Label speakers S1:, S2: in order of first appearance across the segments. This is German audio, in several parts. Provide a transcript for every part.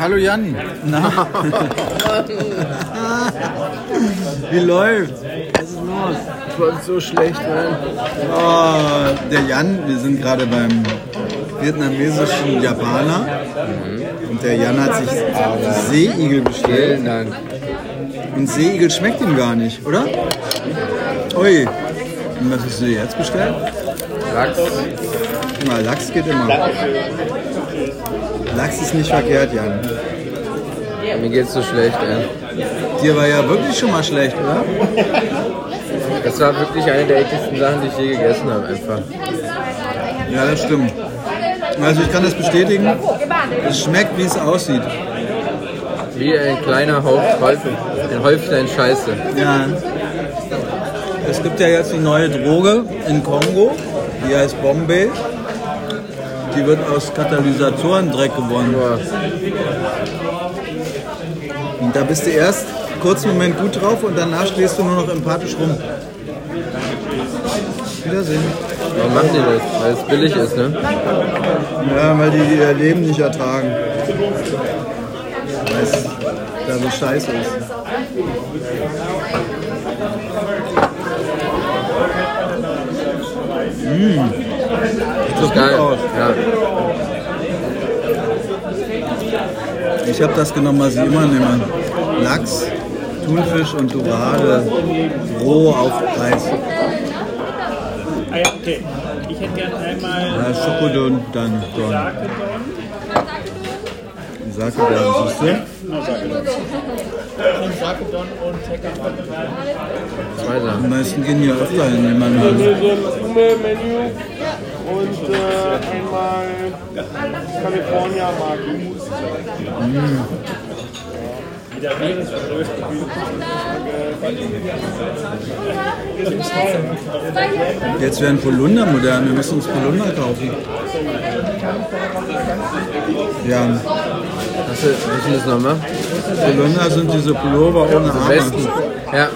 S1: Hallo Jan. Na. Wie läuft's? Was ist los?
S2: Ich war so schlecht, ne?
S1: Oh, der Jan, wir sind gerade beim vietnamesischen Japaner. Und der Jan hat sich Seeigel bestellt.
S2: Mhm. Vielen Dank.
S1: Und Seeigel schmeckt ihm gar nicht, oder? Ui. Und was hast du dir jetzt bestellt?
S2: Lachs.
S1: Immer Lachs geht immer. Lachs ist nicht verkehrt, Jan.
S2: Mir geht's so schlecht, ey.
S1: Dir war ja wirklich schon mal schlecht, oder?
S2: Das war wirklich eine der echtesten Sachen, die ich je gegessen habe, einfach.
S1: Ja, das stimmt. Also ich kann das bestätigen. Es schmeckt, wie es aussieht.
S2: Wie ein kleiner Haufen, Häufchen, ein Häufchen Scheiße.
S1: Ja. Es gibt ja jetzt die neue Droge in Kongo, die heißt Bombay. Die wird aus Katalysatoren-Dreck gewonnen.
S2: Boah,
S1: Und da bist du erst kurz einen Moment gut drauf und danach stehst du nur noch empathisch rum. Wiedersehen.
S2: warum machen die das? Weil es billig ist, ne?
S1: Ja, weil die ihr Leben nicht ertragen. Weil es da so scheiße ist. Mmh. Sieht doch gut
S2: Geil.
S1: aus.
S2: Ja.
S1: Ich habe das genommen, was ich immer nehme. Lachs, Thunfisch und Dorade roh auf Äh, Eis.
S3: Ah ja, okay. Ich hätte gerne einmal
S1: Ja, Schokodon, dann Don.
S3: Sakedon.
S1: Sag mir das, siehst du?
S3: Sakedon und Tekkadon.
S2: Zwei Sachen.
S1: Die meisten gehen hier öfter hin, wenn man
S4: Hier
S1: will.
S4: so ein Umbe-Menü und äh, einmal California Marken.
S1: Jetzt werden Polunder modern, wir müssen uns Polunder kaufen. Ja,
S2: Hast du, willst du das nochmal?
S1: Polunder sind diese Pullover ohne
S2: Am
S1: Arme.
S2: besten. Ja.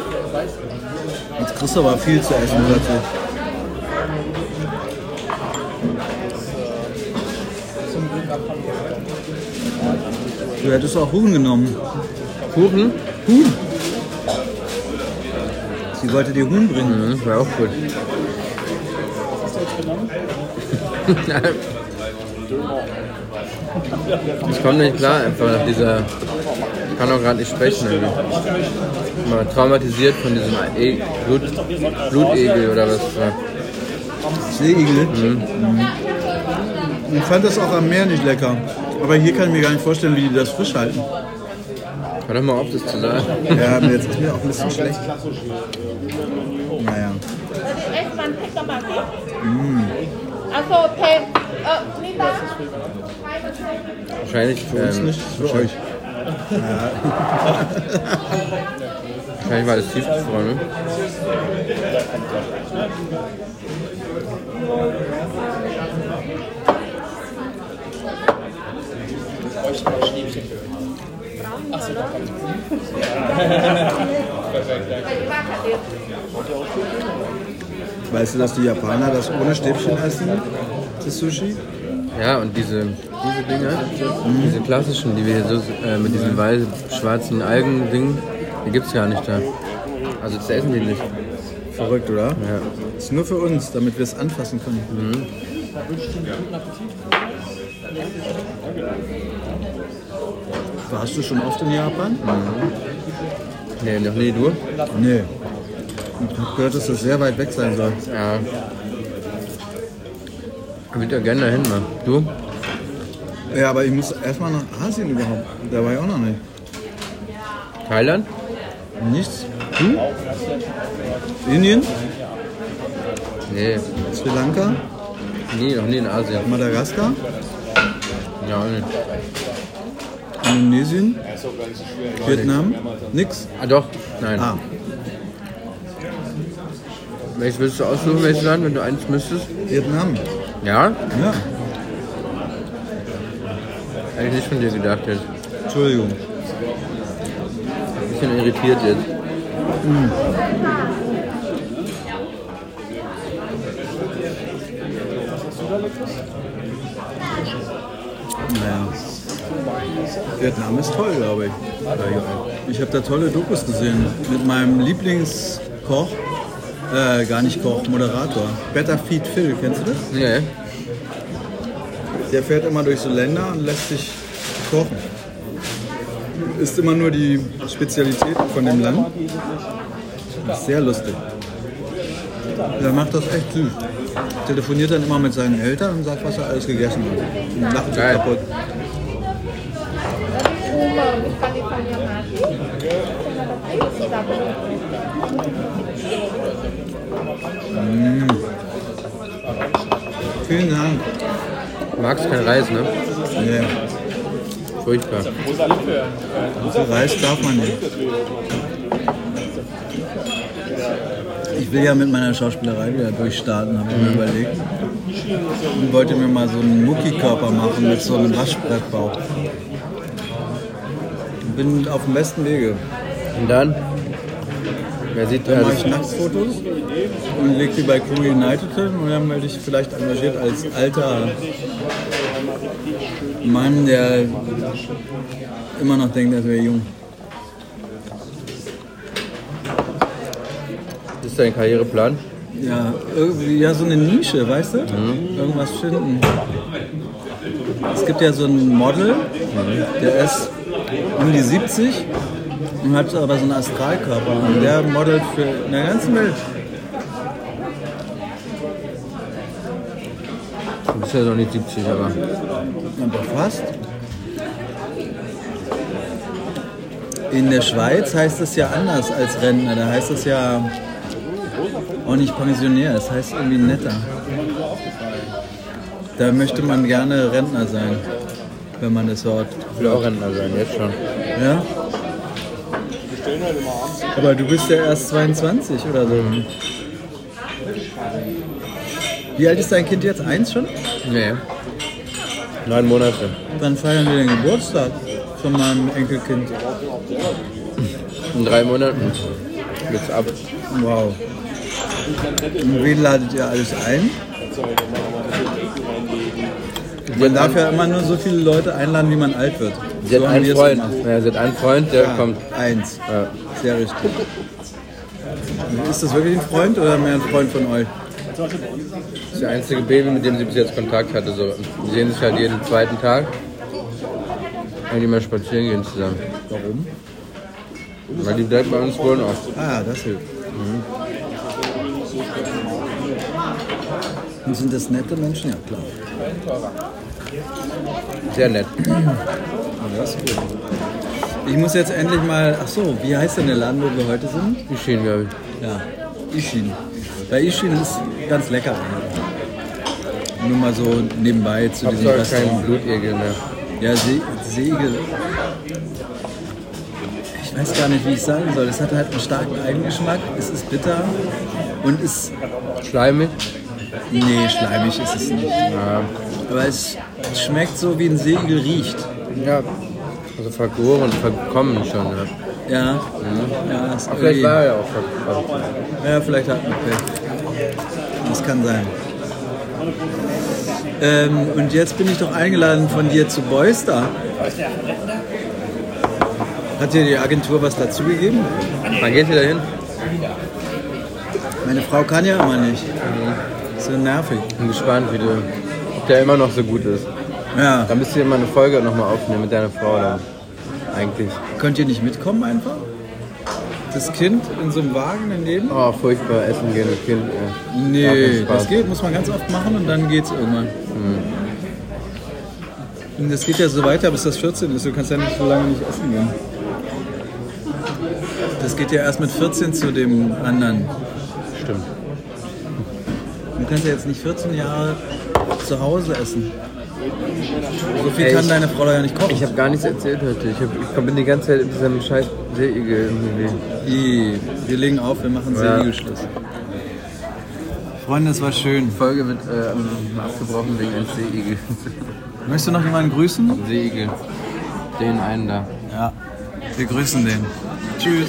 S1: Jetzt kriegst du aber viel zu essen plötzlich. Du hättest auch Huhn genommen.
S2: Kuchen?
S1: Huhn! Sie wollte dir Huhn bringen.
S2: Mhm, war auch gut. Nein. Ich komme nicht klar einfach nach dieser. Ich kann auch gerade nicht sprechen. Irgendwie. Ich war traumatisiert von diesem e Blut Blutegel oder was. das war.
S1: Seeigel. Mhm. Ich fand das auch am Meer nicht lecker. Aber hier kann ich mir gar nicht vorstellen, wie die das frisch halten.
S2: Hör doch mal auf, das zu sagen.
S1: Ja, aber jetzt ist mir auch ein bisschen schlecht. Naja.
S5: Echt mal einen Picker mal Achso, okay. Äh, Nita?
S2: Wahrscheinlich,
S1: Ist
S2: ähm,
S1: nicht für euch.
S2: wahrscheinlich war das tiefgefroren. ne?
S1: Weißt du, dass die Japaner das ohne Stäbchen essen? Das Sushi?
S2: Ja, und diese, diese Dinger,
S1: Mhm.
S2: diese klassischen, die wir hier so äh, mit diesen weißen, schwarzen Algen-Dingen, die gibt's gar nicht da. Also das essen die nicht.
S1: Verrückt, oder? Ja. Ist nur für uns, damit wir es anfassen können. Warst du schon oft in Japan?
S2: Nee, noch nie du?
S1: Nee. Ich habe gehört, dass das sehr weit weg sein soll.
S2: Ja. Ich würde ja gerne dahin mal. Du?
S1: Ja, aber ich muss erstmal nach Asien überhaupt. Da war ich auch noch nicht.
S2: Thailand?
S1: Nichts. Hm? Indien,
S2: Nee,
S1: Sri Lanka,
S2: nie, noch nie in Asien.
S1: Madagaskar,
S2: Ja, auch nicht.
S1: Indonesien, Vietnam, nix.
S2: Ah doch, nein.
S1: Ah,
S2: Welches willst du aussuchen, welches Land, wenn du eins müsstest?
S1: Vietnam.
S2: Ja?
S1: Ja,
S2: Hätte ich nicht von dir gedacht jetzt.
S1: Entschuldigung.
S2: Ein bisschen irritiert jetzt.
S1: Naja. Vietnam ist toll, glaube ich. Ich habe da tolle Dokus gesehen mit meinem Lieblingskoch, äh, gar nicht Koch, Moderator. Better Feed Phil, kennst du das?
S2: Nee.
S1: Der fährt immer durch so Länder und lässt sich kochen. Isst immer nur die Spezialitäten von dem Land. Das ist sehr lustig. Der macht das echt süß. Telefoniert dann immer mit seinen Eltern und sagt, was er alles gegessen hat. Und lacht sich
S2: Geil.
S1: kaputt.
S5: Kuba mit California Party.
S1: Vielen Dank.
S2: Magst kein Reis, ne?
S1: Nee,
S2: Furchtbar.
S1: so viel Reis darf man nicht. Ich will ja mit meiner Schauspielerei wieder durchstarten, habe ich mir überlegt. Und wollte mir mal so einen Muckikörper machen mit so einem Waschbrettbauch. Bin auf dem besten Wege.
S2: Und dann? Wer sieht also,
S1: Dann
S2: das?
S1: mache ich Nacktfotos und lege die bei Crew United hin und dann werde ich vielleicht engagiert als alter Mann, der immer noch denkt, er wäre jung.
S2: Ist dein Karriereplan?
S1: Ja, irgendwie, ja, so eine Nische, weißt du? Irgendwas finden. Es gibt ja so ein Model, der ist um die 70 und hat aber so einen Astralkörper. Und der modelt für in der ganzen Welt.
S2: Du bist ja noch nicht 70, aber.
S1: Aber fast. In der Schweiz heißt es ja anders als Rentner. Da heißt es ja auch nicht Pensionär, es heißt irgendwie netter. Da möchte man gerne Rentner sein, wenn man das hört.
S2: Ich will auch Rentner sein, jetzt schon.
S1: Ja? Aber du bist ja erst 22 oder so. Wie alt ist dein Kind jetzt? Eins schon?
S2: Nee. Neun Monate.
S1: Wann feiern wir den Geburtstag von meinem Enkelkind?
S2: In drei Monaten geht's ab.
S1: Wow. Und wen ladet ihr alles ein? Man darf ja immer nur so viele Leute einladen, wie man alt wird.
S2: Sie
S1: so
S2: hat
S1: haben
S2: einen
S1: wir es
S2: Freund.
S1: gemacht.
S2: Ja, sie hat einen Freund, der
S1: Ja,
S2: kommt.
S1: Eins.
S2: Ja.
S1: Sehr richtig. Ist das wirklich ein Freund oder mehr ein Freund von euch?
S2: Das ist der einzige Baby, mit dem sie bis jetzt Kontakt hatte. So. Sie sehen sich halt jeden zweiten Tag. Wenn die mal spazieren gehen zusammen.
S1: Warum?
S2: Weil die bleibt bei uns wohnen oft.
S1: Ah, das hilft. Und sind das nette Menschen? Ja, klar.
S2: Sehr nett.
S1: Ich muss jetzt endlich mal. Ach so, wie heißt denn der Laden, wo wir heute sind?
S2: Geschehen, glaube ich.
S1: Ja, Ishin. Bei Ishin ist ganz lecker. Nur mal so nebenbei zu diesem
S2: Hauptsache kein
S1: Restaurant.
S2: Blutegel mehr.
S1: Ja, See Segel. Ich weiß gar nicht, wie ich sagen soll. Es hat halt einen starken Eigengeschmack. Es ist bitter und ist.
S2: Schleimig.
S1: Nee, schleimig ist es nicht.
S2: Ja.
S1: Aber es schmeckt so, wie ein Seegel riecht.
S2: ja. Also vergoren, verkommen schon. Ja.
S1: Ja. Ja, ist
S2: Mhm. Vielleicht
S1: irgendwie-
S2: war er auch verkommen.
S1: Ja, vielleicht hat man Pech. Das kann sein. Ähm, und jetzt bin ich doch eingeladen von dir zu Boyster. Hat dir die Agentur was dazugegeben?
S2: Wann geht ihr da hin?
S1: Meine Frau kann ja immer nicht. So nervig.
S2: Bin gespannt, wie du, ob der immer noch so gut ist.
S1: Ja.
S2: Da müsst ihr mal eine Folge nochmal aufnehmen mit deiner Frau dann. Eigentlich.
S1: Könnt ihr nicht mitkommen einfach? Das Kind in so einem Wagen daneben?
S2: Oh, furchtbar, essen gehen mit Kind. ey. Ja, kein
S1: Nee,
S2: Spaß.
S1: das geht, muss man ganz oft machen und dann geht's irgendwann. Und das geht ja so weiter, bis das 14 ist. Du kannst ja nicht so lange nicht essen gehen. Das geht ja erst mit 14 zu dem anderen.
S2: Stimmt.
S1: Du kannst ja jetzt nicht 14 Jahre zu Hause essen. So viel
S2: Ey,
S1: kann
S2: ich-
S1: deine Frau da ja nicht kochen.
S2: Ich habe gar nichts erzählt heute. Ich, hab, ich bin die ganze Zeit in diesem scheiß Seeigel irgendwie.
S1: Ih, wir legen auf, wir machen
S2: Ja.
S1: Serieschluss. Freunde, es war schön.
S2: Folge mit ähm, abgebrochen wegen eines Seeigel.
S1: Möchtest du noch jemanden grüßen?
S2: Seeigel. Den einen da.
S1: Ja. Wir grüßen den. Tschüss.